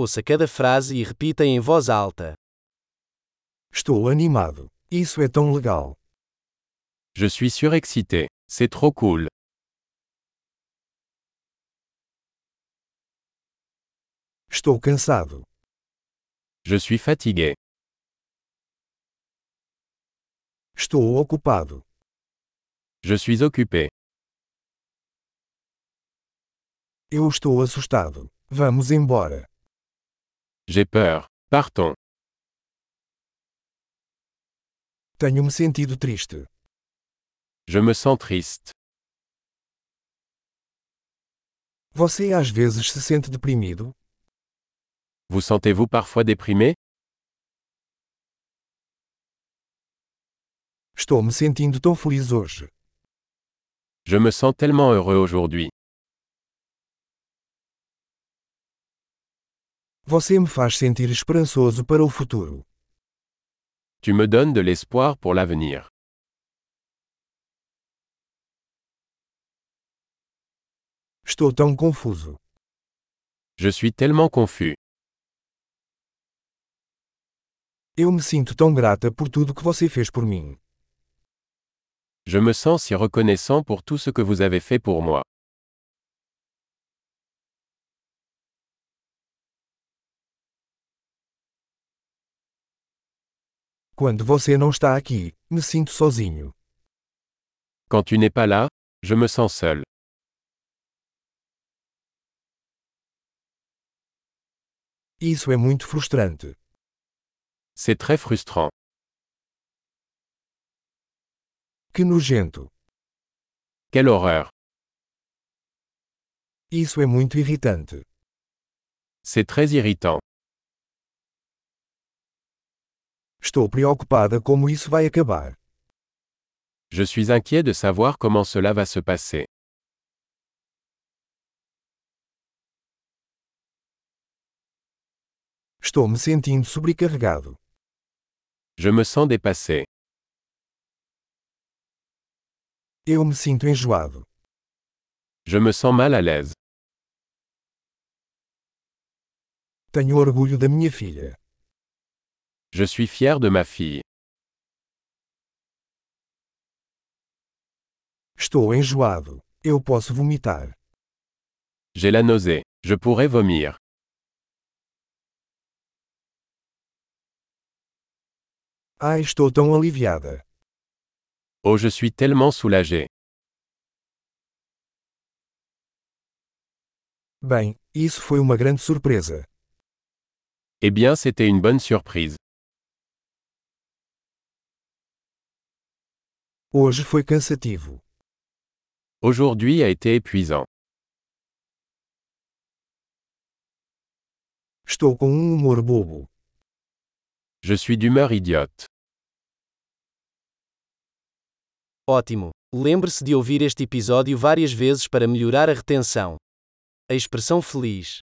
Ouça cada frase e repita em voz alta. Estou animado. Isso é tão legal. Je suis surexcité. C'est trop cool. Estou cansado. Je suis fatigué. Estou ocupado. Je suis occupé. Eu estou assustado. Vamos embora. J'ai peur. Partons. Tenho-me sentido triste. Je me sens triste. Você às vezes se sente deprimido? Vous sentez-vous parfois déprimé Estou me sentindo tão feliz hoje. Je me sens tellement heureux aujourd'hui. Você me faz sentir esperançoso para o futuro. Tu me donnes de l'espoir pour l'avenir. Estou tão confuso. Je suis tellement confus. Eu me sinto tão grata por tudo que você fez por mim. Je me sens si reconnaissant pour tout ce que vous avez fait pour moi. Quando você não está aqui, me sinto sozinho. Quand tu n'es pas là, je me sens seul. Isso é muito frustrante. C'est très frustrant. Que nojento. Quelle horreur. Isso é muito irritante. C'est très irritant. Estou preocupada como isso vai acabar. Je suis inquiet de savoir comment cela va se passer. Estou me sentindo sobrecarregado. Je me sens dépassé. Eu me sinto enjoado. Je me sens mal à l'aise. Tenho orgulho da minha filha. Je suis fier de ma fille. Estou enjoado. Eu posso vomitar. J'ai la nausée. Je pourrais vomir. Ai, estou tão aliviada. Oh, je suis tellement soulagé. Bem, isso foi uma grande surpresa. Eh bien, c'était une bonne surprise. Hoje foi cansativo. Aujourd'hui a été épuisant. Estou com um humor bobo. Je suis d'humeur idiote. Ótimo! Lembre-se de ouvir este episódio várias vezes para melhorar a retenção. A expressão feliz